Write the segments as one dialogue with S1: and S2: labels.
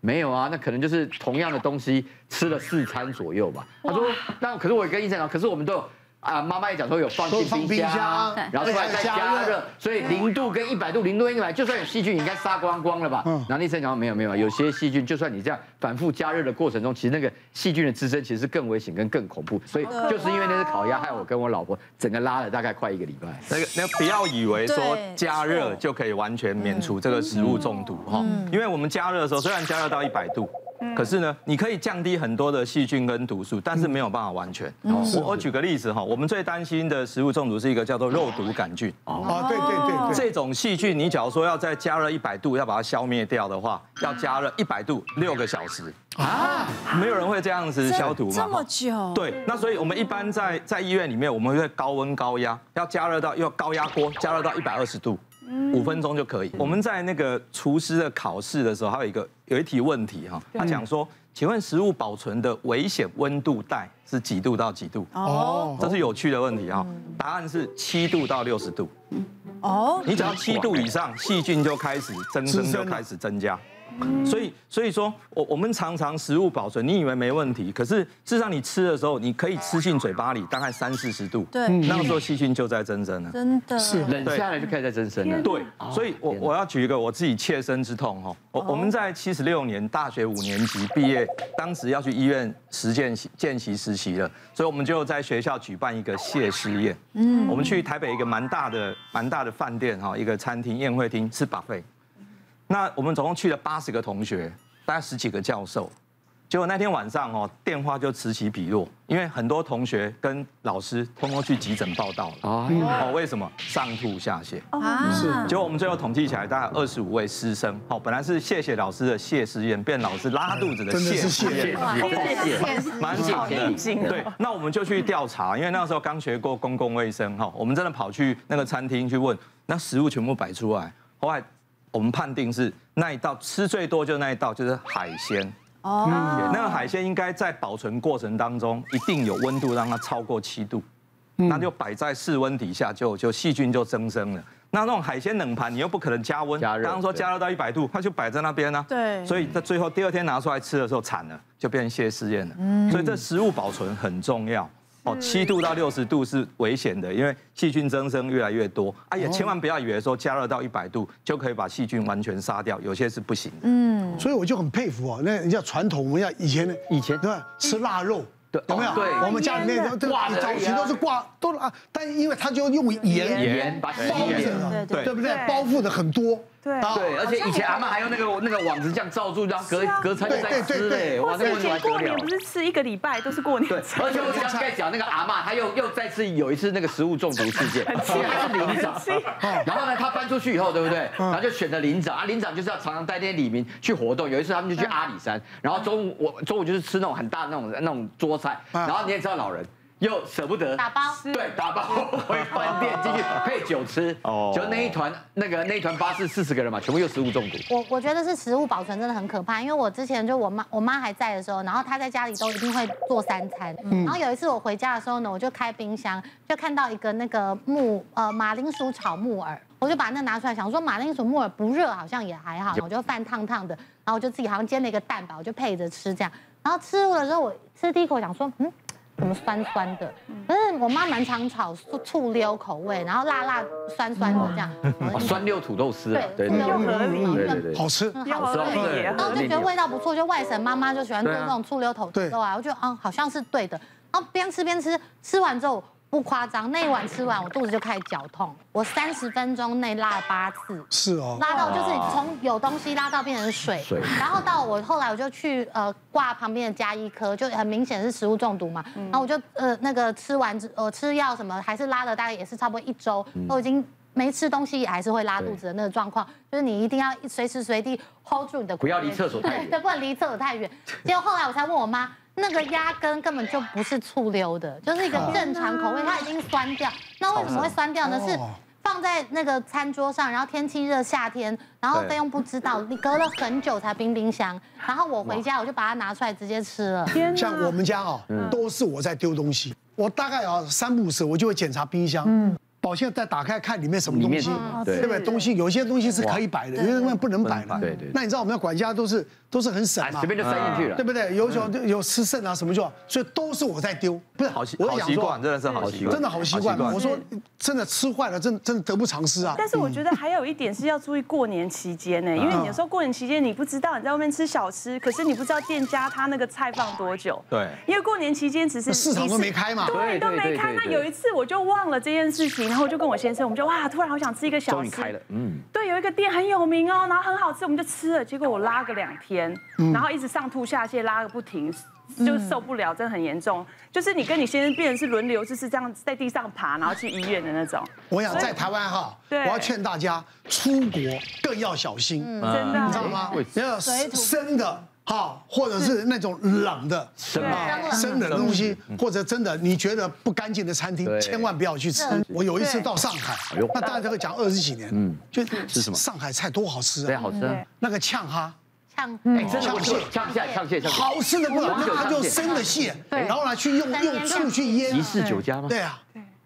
S1: 没有啊，那可能就是同样的东西吃了四餐左右吧。他说，那可是我也跟医生讲，可是我们都有啊，妈妈也讲说有放
S2: 都
S1: 进
S2: 放
S1: 冰箱啊，
S2: 冰箱
S1: 然后出来
S2: 而
S1: 再
S2: 且还加
S1: 加
S2: 热
S1: 热，所以零度跟一百度，零度跟一百，就算有细菌，你应该杀光光了吧？
S2: 嗯
S1: 然后医生讲没有没啊有，有些细菌就算你这样反复加热的过程中，其实那个细菌的滋生其实是更危险跟更恐怖，所以就是因为那只烤鸭害我跟我老婆整个拉了大概快一个礼拜。
S3: 那个，那个不要以为说
S4: 对嗯
S3: 加热就可以完全免除这个食物中毒哈，
S5: 嗯
S3: 因为我们加热的时候，虽然加热到一百度。
S4: 嗯
S3: 可是呢，你可以降低很多的细菌跟毒素，但是没有办法完全。
S4: 嗯
S3: 哦我我举个例子哈，我们最担心的食物中毒是一个叫做肉毒杆菌。
S4: 哦
S2: 啊，对对对对，
S3: 这种细菌，你假如说要再加热一百度，要把它消灭掉的话，要加热一百度六个小时啊，没有人会这样子消毒嘛？
S4: 这么久，
S3: 对，那所以我们一般在在医院里面，我们会高温高压，要加热到要高压锅加热到一百二十度，五分钟就可以。我们在那个厨师的考试的时候，还有一个有一题问题哈，他讲说，请问食物保存的危险温度带是几度到几度？
S2: 哦，
S3: 这是有趣的问题哈，答案是七度到六十度。
S4: 哦，
S3: 你只要七度以上，细菌就开始增
S2: 滋
S3: 生
S2: 生
S3: 就
S2: 了
S3: 开始增加。所以，所以说我我们常常食物保存，你以为没问题，可是事实上你吃的时候，你可以吃进嘴巴里，大概三四十度，
S4: 对
S3: 那个时候细菌就在增生了。
S4: 真的是
S1: 冷下来就开始在增生了。
S3: 对，所以我我要举一个我自己切身之痛哈。我我们在七十六年大学五年级毕业，当时要去医院实践习见习实习了，所以我们就在学校举办一个谢师宴。嗯，我们去台北一个蛮大的蛮大的饭店哈，一个餐厅宴会厅吃 buffet。那我们总共去了八十个同学，大概十几个教授。结果那天晚上哦，电话就此起彼落，因为很多同学跟老师通通去急诊报道了。
S1: 啊，
S3: 哦，为什么上吐下泻？
S4: 啊，
S2: 嗯
S3: 结果我们最后统计起来，大概二十五位师生，哦，本来是谢谢老师的谢师宴，变老师拉肚子的
S2: 真的
S3: 谢
S2: 是
S3: 师宴
S2: 谢，啊
S3: 蛮长的。对，那我们就去调查，因为那时候刚学过公共卫生，哈，我们真的跑去那个餐厅去问，那食物全部摆出来，后来我们判定是那一道吃最多就那一道就是海鲜。
S4: 哦，
S3: 那个海鲜应该在保存过程当中一定有温度让它超过七度，
S1: 嗯
S3: 那就摆在室温底下就就细菌就增生了。那那种海鲜冷盘你又不可能加温，
S1: 加
S3: 刚
S1: 热
S3: 刚说
S1: 对
S3: 加热到一百度，它就摆在那边呢。啊
S4: 对
S3: 所以在最后第二天拿出来吃的时候惨了，就变成谢师宴了。所以这食物保存很重要。哦，七度到六十度是危险的，因为细菌增生越来越多。啊，
S1: 哦
S3: 也千万不要以为说加热到一百度就可以把细菌完全杀掉，有些是不行的。
S2: 所以我就很佩服哦，那人家传统，我们要以前呢，
S1: 以前
S2: 对吧？吃腊肉。
S1: 对
S2: 有没有？
S1: 哦对
S2: 我们家里面都都
S1: 挂着
S2: 早期
S1: 而已啊
S2: 都是挂，都是啊，但因为他就用盐
S1: 盐把
S2: 包
S1: 盐
S2: 着
S4: 对
S2: 了，
S4: 对
S2: 对不对
S6: 对？
S2: 包覆的很多，
S6: 对
S2: 啊
S1: 对，而且以前阿妈还用那个那个网子这样罩住，然后隔隔层
S2: 对
S1: 再
S2: 对
S1: 吃
S2: 对
S1: 嘞，
S2: 对
S1: 哇，
S6: 或
S1: 啊那个
S6: 啊是
S1: 温度
S6: 以
S1: 还
S6: 前
S1: 得
S6: 过
S1: 了
S6: 年。不是吃一个礼拜，都是过年
S1: 对，
S6: 才
S1: 而且我刚才讲那个阿嬷，她又又再次有一次那个食物中毒事件，她是领长，
S2: 哦
S1: 然后呢，她搬出去以后，对不对？
S2: 嗯
S1: 然后就选择领长啊，领长就是要常常带那些李民去活动。有一次他们就去
S6: 嗯
S1: 阿里山，然后中午我中午就是吃那种很大的那种那种桌菜，
S2: 嗯
S1: 然后你也知道老人。又舍不得
S7: 打包
S1: 对，打 包回饭店进去配酒吃，哦
S3: 哦，
S1: 就那一团那个那一团巴士四十个人嘛，全部又食物中毒。
S7: 我我觉得是食物保存真的很可怕，因为我之前就我妈我妈还在的时候，然后她在家里都一定会做三餐。
S1: 嗯
S7: 然后有一次我回家的时候呢，我就开冰箱，就看到一个那个木呃马铃薯炒木耳，我就把那拿出来，想说马铃薯木耳不热好像也还好，我就饭烫烫的，然后我就自己好像煎了一个蛋吧，我就配着吃这样。然后吃了之后，我吃第一口想说，嗯，怎么酸酸的？可是我妈蛮常炒醋醋溜口味，然后辣辣酸酸的这样。
S1: 哦酸溜土豆丝啊，对
S7: 对
S1: 对
S6: 又合理，
S1: 对对对，
S2: 好哦吃。
S6: 又
S7: 很嗯好
S6: 合
S7: 吃。哦
S6: 理也
S7: 然后
S6: 合
S7: 我
S6: 理。
S7: 就觉得味道不错，就外省妈妈就喜欢做
S1: 对啊
S7: 那种醋溜头豆啊，我觉得嗯好像是对的。然后边吃边吃，吃完之后不夸张，那一碗吃完我肚子就开始绞痛，我三十分钟内拉了八次。
S2: 是哦，
S7: 拉到就是从有东西拉到变成水，
S1: 水
S7: 然后到我后来我就去呃挂旁边的加医科，就很明显是食物中毒嘛。然后我就呃那个吃完之呃吃药什么还是拉了大概也是差不多一周，
S1: 嗯
S7: 都已经没吃东西也还是会拉肚子的那个状况，就是你一定要随时随地 hold 住你的，
S1: 不要离厕所太远
S7: 对， 对不能离厕所 太远。结果后来我才问我妈。那个压根根本就不是醋溜的，就是一个正常口味，它已经酸掉。那为什么会酸掉呢？是
S2: 哦
S7: 放在那个餐桌上，然后天气热，夏天，然后
S3: 对
S7: 费用不知道，你隔了很久才冰冰箱，然后我回家我就把它拿出来直接吃了。
S6: 天哪
S2: 像我们家啊，
S1: 嗯
S2: 都是我在丢东西，我大概啊三不五时我就会检查冰箱，保鲜袋打开看里面什么
S1: 里
S2: 东
S1: 面
S2: 西。
S1: 对
S2: 对不对？东西有些东西是可以摆的，有些东西不能摆
S3: 不能摆
S2: 的。
S1: 对对对
S2: 那你知道我们的管家都是都是很省
S1: 哎
S2: 嘛，
S1: 随便就塞进去了
S2: 对。不对？有有有吃剩啊什么就好，所以都是我在丢，不是
S3: 好习
S2: 我
S3: 好
S2: 想
S3: 习
S2: 说
S3: 惯，真的是好习惯，
S2: 嗯真的好习惯。我说真的吃坏了，真真的得不偿失啊。
S6: 但是我觉得还有一点是要注意过年期间呢，因为你有时候过年期间你不知道你在外面吃小吃，可是你不知道店家他那个菜放多久。
S3: 对
S6: 因为过年期间只是
S2: 市场都没开嘛
S6: 对，都没开。
S1: 对对对对
S6: 那有一次我就忘了这件事情，然后我就跟我先生，我们就哇，突然好想吃一个小
S1: 终于
S6: 吃，
S1: 开了，嗯，
S6: 对，有一个店很有名哦，然后很好吃，我们就吃了。结果我拉个两天，
S1: 嗯
S6: 然后一直上吐下泻，拉个不停，就受不了，真的很严重。就是你跟你先生变成是轮流，就是这样在地上爬，然后去医院的那种，
S2: 我想在台湾哈，我
S6: 对嗯
S2: 要劝大家出国更要小心，
S1: 嗯
S6: 真
S2: 你知道
S6: 的。
S2: 吗
S1: 为？
S2: 要
S4: 水土
S2: 生的哈，或者是那种冷的。
S1: 什么？
S2: 啊生冷的东西，或者真的你觉得不干净的餐厅，
S1: 嗯对
S2: 千万不要去吃。
S7: 嗯
S2: 我有一次到上海
S1: 哎呦，
S2: 那大家都会讲二十几年，嗯，就吃
S1: 什么
S2: 上海菜多好吃
S1: 对，
S2: 啊！
S1: 好吃啊！
S2: 那个呛哈，
S7: 像
S1: 哎，真的，我吃呛蟹，呛蟹，呛蟹，
S2: 好吃的不得了，
S1: 我们有
S2: 那它就
S1: 上线
S2: 生的蟹，
S7: 对
S2: 然后呢去用
S7: 三
S2: 用
S7: 鲜
S2: 醋
S7: 酱
S2: 去腌
S1: 集，市酒家吗？
S2: 对啊。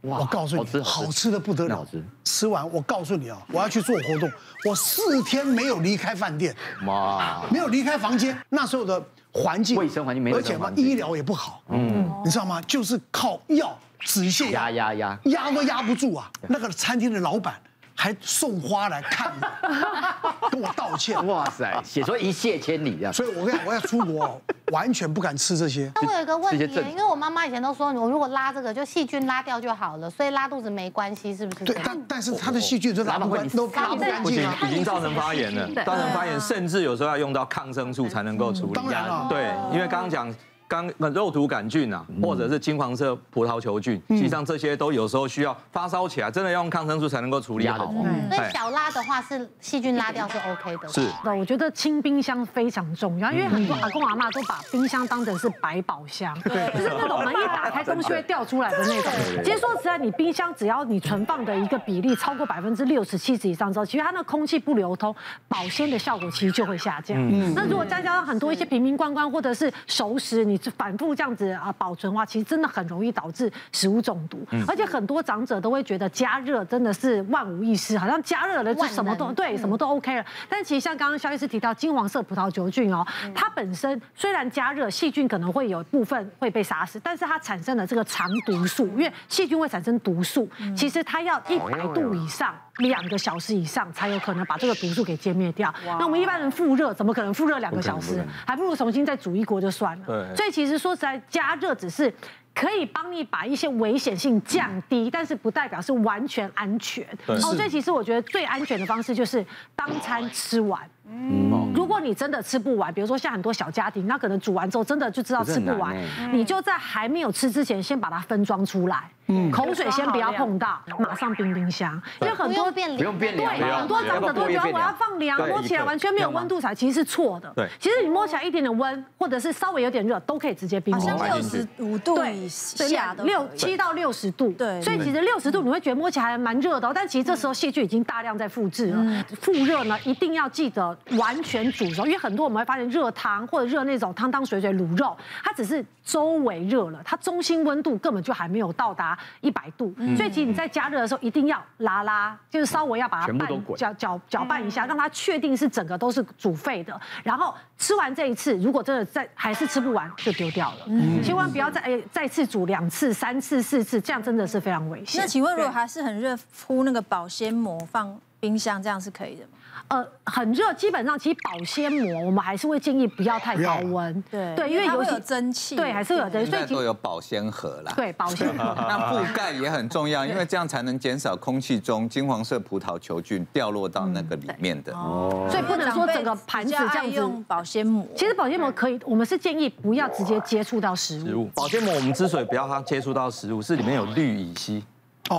S1: 哇
S2: 我告诉
S1: 好吃
S2: 你，好吃的不得
S1: 那
S2: 了。
S1: 好吃
S2: 吃完，我告诉你啊，我要去做活动，我四天没有离开饭店，
S3: 妈，
S2: 没有离开房间，那时候的环境
S1: 卫生环境没有
S2: 而且
S1: 那
S2: 嘛
S1: 么环境
S2: 医疗也不好，嗯，你知道吗？就是靠药止泻
S1: 压压
S2: 药，
S1: 压，
S2: 压都压不住啊。那个餐厅的老板还送花来看 我，跟我道歉。
S1: 哇塞，写说一泻千里啊！
S2: 所以我跟你讲，我要出国哦，完全不敢吃这些。
S7: 但我有一个问
S1: 这
S7: 题
S1: 些症
S7: 耶，因为我妈妈以前都说，我如果拉这个，就细菌拉掉就好了，所以拉肚子没关系，是不是？
S2: 对，但但是
S1: 哦
S2: 他的细菌都拉不
S1: 拉不
S2: 干，
S1: 干
S2: 都拉不干
S3: 已
S2: 净
S3: 经
S2: 啊。
S3: 已经造成 发炎了，造成发炎，甚至有时候要用到抗生素才能够处理。
S2: 嗯当然啊了
S3: 对，因为刚刚讲。刚呃肉毒杆菌啊，或者是金黄色葡萄球菌，
S2: 嗯
S3: 实际上这些都有时候需要发烧起来，真的要用抗生素才能够处理
S1: 压得
S3: 好
S1: 住。
S2: 嗯
S7: 所
S3: 哎
S7: 以小拉的话是细菌拉掉是 OK 的。
S3: 是
S5: 的，我觉得清冰箱非常重要，因为很多阿公阿妈都把冰箱当成是百宝箱，就是那种门一打开东西会掉出来的那种。其实说实在，你冰箱只要你存放的一个比例超过百分之六十、七十以上之后，其实它那空气不流通，保鲜的效果其实就会下降。那如果再加上很多一些瓶瓶罐罐或者是熟食，你反复这样子啊保存的话，其实真的很容易导致食物中毒。而且很多长者都会觉得加热真的是万无一失，好像加热了就什么都
S7: 万能
S5: 对，什么都 OK 了。但其实像刚刚肖医师提到金黄色葡萄球菌哦，它本身虽然加热，细菌可能会有部分会被杀死，但是它产生了这个肠毒素，因为细菌会产生毒素，其实它要一百度以上。两个小时以上才有可能把这个毒素给歼灭掉。那我们一般人复热怎么可能复热两个小
S1: 不可
S5: 时
S1: 能不可？
S5: 还不如重新再煮一锅就算了。
S3: 对
S5: 所以其实说实在，加热只是可以帮你把一些危险性降低，但是不代表是完全安全。
S3: 对
S5: 哦，所以其实我觉得最安全的方式就是当餐吃完。
S2: 嗯
S1: 哦
S5: 如果你真的吃不完，比如说像很多小家庭，那可能煮完之后真的就知道吃不完
S1: 可是很，欸
S5: 你就在还没有吃之前先把它分装出来，
S1: 嗯
S5: 口水先不要碰到，马上冰冰箱，因为
S7: 嗯
S5: 很
S7: 不
S5: 多
S7: 用变
S1: 不用变凉，
S5: 对，很多长者都觉得我要放凉，
S3: 对
S5: 摸起来完全没有温度才，其实是错的。
S3: 对
S5: 其实你摸起来一点点温，或者是稍微有点热，都可以直接冰哦
S4: 好
S5: 冰
S4: 像
S5: 箱。
S4: 六十五度以下的
S5: 六七到六十度，
S4: 对嗯
S5: 所以其实六十度你会觉得摸起来还蛮热的哦，但其实这时候细菌已经大量在复制
S4: 嗯
S5: 了。复热呢，一定要记得完全煮熟，因为很多我们会发现热汤或者热那种汤汤水水卤肉，它只是周围热了，它中心温度根本就还没有到达一百度，
S4: 嗯
S5: 所以其实你在加热的时候一定要拉拉，就是稍微要把它
S1: 全部都
S5: 拌
S1: 滚
S5: 搅搅搅拌
S4: 嗯
S5: 一下，让它确定是整个都是煮沸的。然后吃完这一次，如果真的再还是吃不完，就丢掉了。
S4: 嗯
S5: 千万不要再哎再次煮两次、三次、四次，这样真的是非常危险
S4: 那。请问，如果还是很热，敷那个保鲜膜放冰箱，这样是可以的吗？
S5: 呃，很热，基本上其实保鲜膜我们还是会建议不要太
S2: 不要
S5: 高
S2: 啊
S5: 温。
S4: 对
S5: 对，因为
S4: 它
S5: 尤
S4: 会
S5: 其
S4: 有蒸汽
S5: 对，还是会有蒸，
S8: 现
S5: 所以
S8: 在
S5: 其
S8: 都
S5: 实
S8: 有保鲜盒啦。
S5: 对保鲜膜。
S8: 那覆盖也很重要，因为这样才能减少空气中金黄色葡萄球菌掉落到那个里面的。
S5: 所以不能说整个盘子这样子
S4: 长辈比较爱用保鲜膜。
S5: 其实保鲜膜可以，我们是建议不要直接接触到食
S3: 食
S5: 物。
S3: 物保鲜膜，我们之所以不要它接触到食物，是里面有氯乙烯。
S2: 哦哦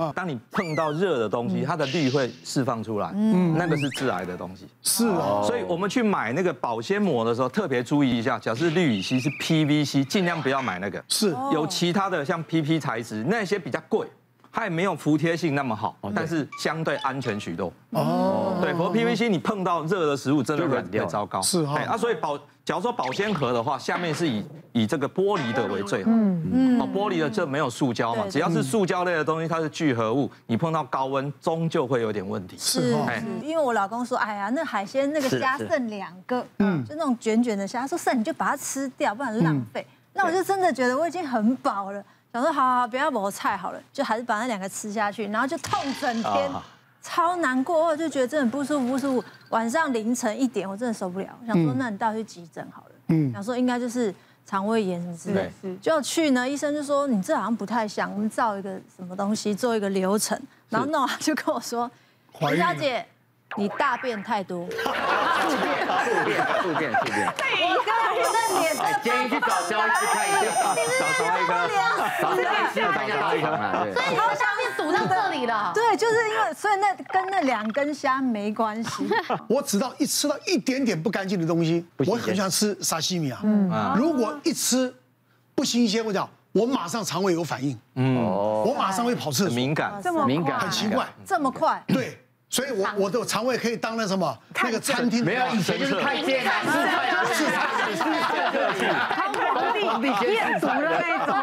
S2: 哦，
S3: 啊，当你碰到热的东
S2: 嗯
S3: 西，它的氯会释放出来，嗯，那个是致癌的东西。
S2: 是哦，
S3: 所以我们去买那个保鲜膜的时候，特别注意一下，假设氯乙烯是 PVC，尽量不要买那个。
S2: 是
S3: 有其他的像 PP 材质，那些比较贵。它也没有服贴性那么好，但是相对安全许多。
S2: 哦，
S3: 对，否则 PVC 你碰到热的食物真的
S1: 就
S3: 会
S1: 软掉
S3: 会糟糕。
S2: 是哦
S3: 哎啊，所以保，假如说保鲜盒的话，下面是以以这个玻璃的为最好。嗯哦，玻璃的这没有塑胶嘛
S4: 对，对
S3: 只要是塑胶类的东西，它是聚合物，你碰到高温终究会有点问题。
S4: 是
S2: 哦
S4: 是，因为我老公说，哎呀，那海鲜那个虾
S1: 是是
S4: 剩两个，嗯，就那种卷卷的虾，他说剩你就把它吃掉，不然浪费。那我就真的觉得我已经很饱了，想说好好好不要抹菜好了，就还是把那两个吃下去，然后就痛整天，超难过，我就觉得真的不舒服不舒服。晚上凌晨一点，我真的受不了，我想说那你带我去急诊好了，嗯，想说应该就是肠胃炎什么之类的。
S6: 是
S4: 就去呢，医生就说你这好像不太像，我们照一个什么东西，做一个流程，然后弄完就跟我说，
S2: 怀
S4: 陈
S2: 孕
S4: 小
S2: 了
S4: 姐，你大便太多，
S1: 宿便，宿便，宿便，宿便。哎，建议去 找肖医师看一下，
S3: 找到一个
S1: 找肖医师看一下大肠啊，对。
S7: 所以你的下面堵到这里了。
S4: 对，就是因为所以那跟那两根虾没关系，
S2: 我只要一吃到一点点不干净的东西，
S1: 新
S2: 我
S1: 鲜
S2: 很喜欢吃沙西米啊。
S3: 啊
S2: 如果一吃不新鲜，我讲我马上肠胃有反应，
S1: 哦，
S2: 我马上会跑厕
S3: 很
S2: 所，
S3: 敏感。
S6: 这么
S1: 敏感，
S2: 很奇怪。
S4: 这么快，
S2: 对，所以我我的肠胃可以当那什么那个餐厅
S1: 没有，以前就是太监啊，是太监，是太监，是
S5: 当 皇帝
S1: 太
S5: 厌
S1: 监
S5: 足了那种。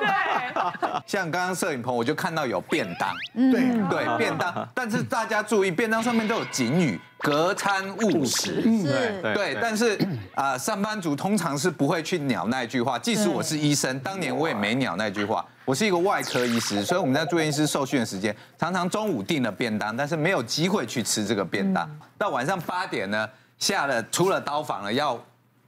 S8: 像刚刚摄影棚，我就看到有便当，
S2: 对，
S8: 对便当，但是大家注意，便当上面都有警语，隔餐勿食。
S4: 是
S8: 对，但是啊、呃上班族通常是不会去鸟那句话。即使我是医生，当年我也没鸟那句话。我是一个外科医师，所以我们在住院医师受训的时间，常常中午订了便当，但是没有机会去吃这个便当。到晚上八点呢，下了出了刀房了，要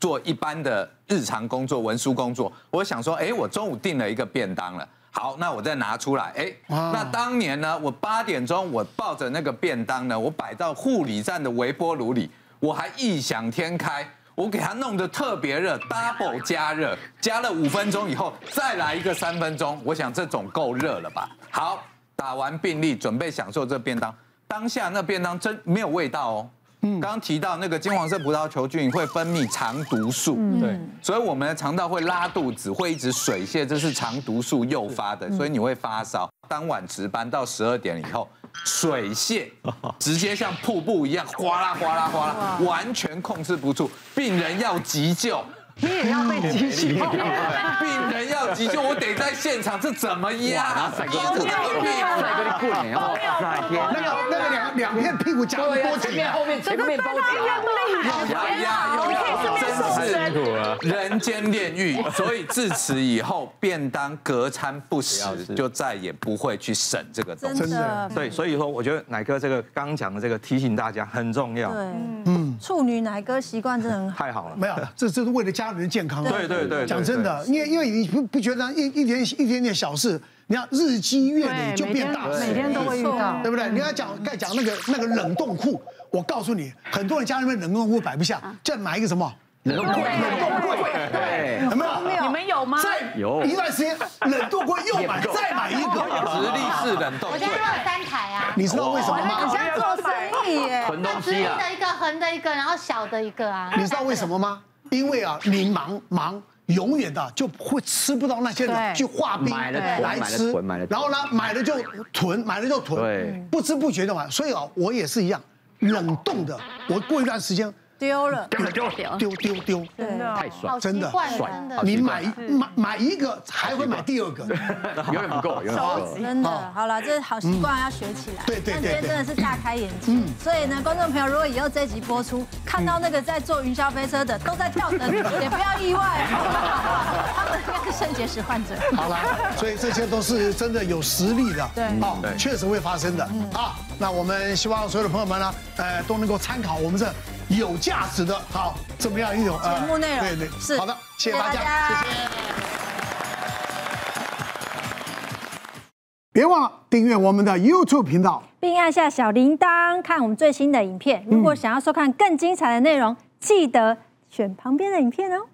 S8: 做一般的日常工作、文书工作。我想说，哎，我中午订了一个便当了。好，那我再拿出来，哎，那当年呢，我八点钟我抱着那个便当呢，我摆到护理站的微波炉里，我还异想天开，我给它弄得特别热，double 加热，加了五分钟以后再来一个三分钟，我想这总够热了吧？好，打完病历准备享受这便当，当下那便当真没有味道哦。嗯，刚提到那个金黄色葡萄球菌会分泌肠毒素，
S5: 嗯
S8: 对，所以我们的肠道会拉肚子，会一直水泄，这是肠毒素诱发的，所以你会发烧。当晚值班到十二点以后，水 泄直接像瀑布一样哗啦哗啦哗啦，完全控制不住，病人要急救。
S5: 你也要被急救，
S8: 病人要急救，我得在现场，这怎么
S1: 然
S8: 压
S1: 后？晒
S8: 这
S1: 个
S8: 怎么
S1: 晒
S8: 办
S1: 个棍哎，哇塞，天
S2: 那个那个两两片屁股夹得
S1: 对
S2: 多
S1: 呀，
S2: 紧
S1: 前面
S2: 啊
S1: 后面前面包夹，
S8: 呀呀，有真是人间炼狱。所以自此以后，便当隔餐不食
S3: 不要吃，
S8: 就再也不会去省这个东
S4: 真
S8: 西。
S4: 的，
S3: 对，所以说我觉得奶哥这个刚刚讲的这个提醒大家很重要，
S4: 对，嗯，处女奶哥习惯真的很好，
S3: 太好了。
S2: 没有，这这是为了家人的健康啊。
S3: 对对对对
S2: 讲真的，因为因为你不不觉得一一点一点点小事，你看日积月累就
S5: 每
S2: 变
S5: 天
S2: 大事，
S5: 每天都会遇到。
S2: 对不对？你要讲该讲那个那个冷冻库，我告诉你，很多人家里面冷冻库摆不下，
S5: 啊
S2: 再买一个什么？
S1: 冷冻柜，冷冻柜，对，
S2: 有没有？
S6: 你们有吗？
S2: 再
S1: 有
S2: 一段时间冷冻柜又买，再买一
S8: 直
S2: 个。
S8: 立式冷冻
S7: 我
S8: 柜
S7: 家，都有三台啊，
S2: 你知道为什么
S4: 你
S2: 吗？
S4: 现在做生意 耶，
S1: 囤东
S7: 直立
S1: 西啊，
S7: 的一个，横的一个，然后小的一个啊。
S2: 你知道为什么吗？因为啊，你忙忙，永远的就会吃不到那些
S5: 对
S2: 去化冰
S1: 买了囤
S2: 来
S1: 买了
S2: 吃
S1: 囤买了，囤
S2: 然后呢，买了就囤，买了就
S1: 对
S2: 囤，不知不觉的嘛。所以啊，我也是一样，冷冻的，我过一段时间
S4: 丢了，
S2: 丢丢丢丢，
S4: 对，
S1: 太爽，
S7: 好习惯，真的。
S2: 你买买买一个还会买第二个，
S1: 永远不够，永远不够。
S4: 真的，好了，这是好习惯要学起来。
S2: 哎嗯对对
S4: 那今
S2: 对
S4: 天
S2: 对嗯
S4: 真的是大开眼界。所以呢，观众朋友，如果以后这集播出，看到那个在坐云霄飞车的都在 跳绳，也不要意外，哦他们应该是肾结石患者。
S2: 好了， 所以这些都是真的有实力的，
S4: 对嗯
S2: 哦，确实会发生的啊。那我们希望所有的朋友们呢，呃，都能够参考我们这有价值的，好，怎么样一种呃
S4: 节目内容
S2: 对对，
S4: 是
S2: 好的，谢谢大
S4: 谢谢
S2: 家，
S4: 大
S2: 谢
S4: 家
S2: 谢。别忘了订阅我们的 YouTube 频道。
S9: 并按下小铃铛看我们最新的影片。如果想要收看更精彩的内容，记得选旁边的影片哦。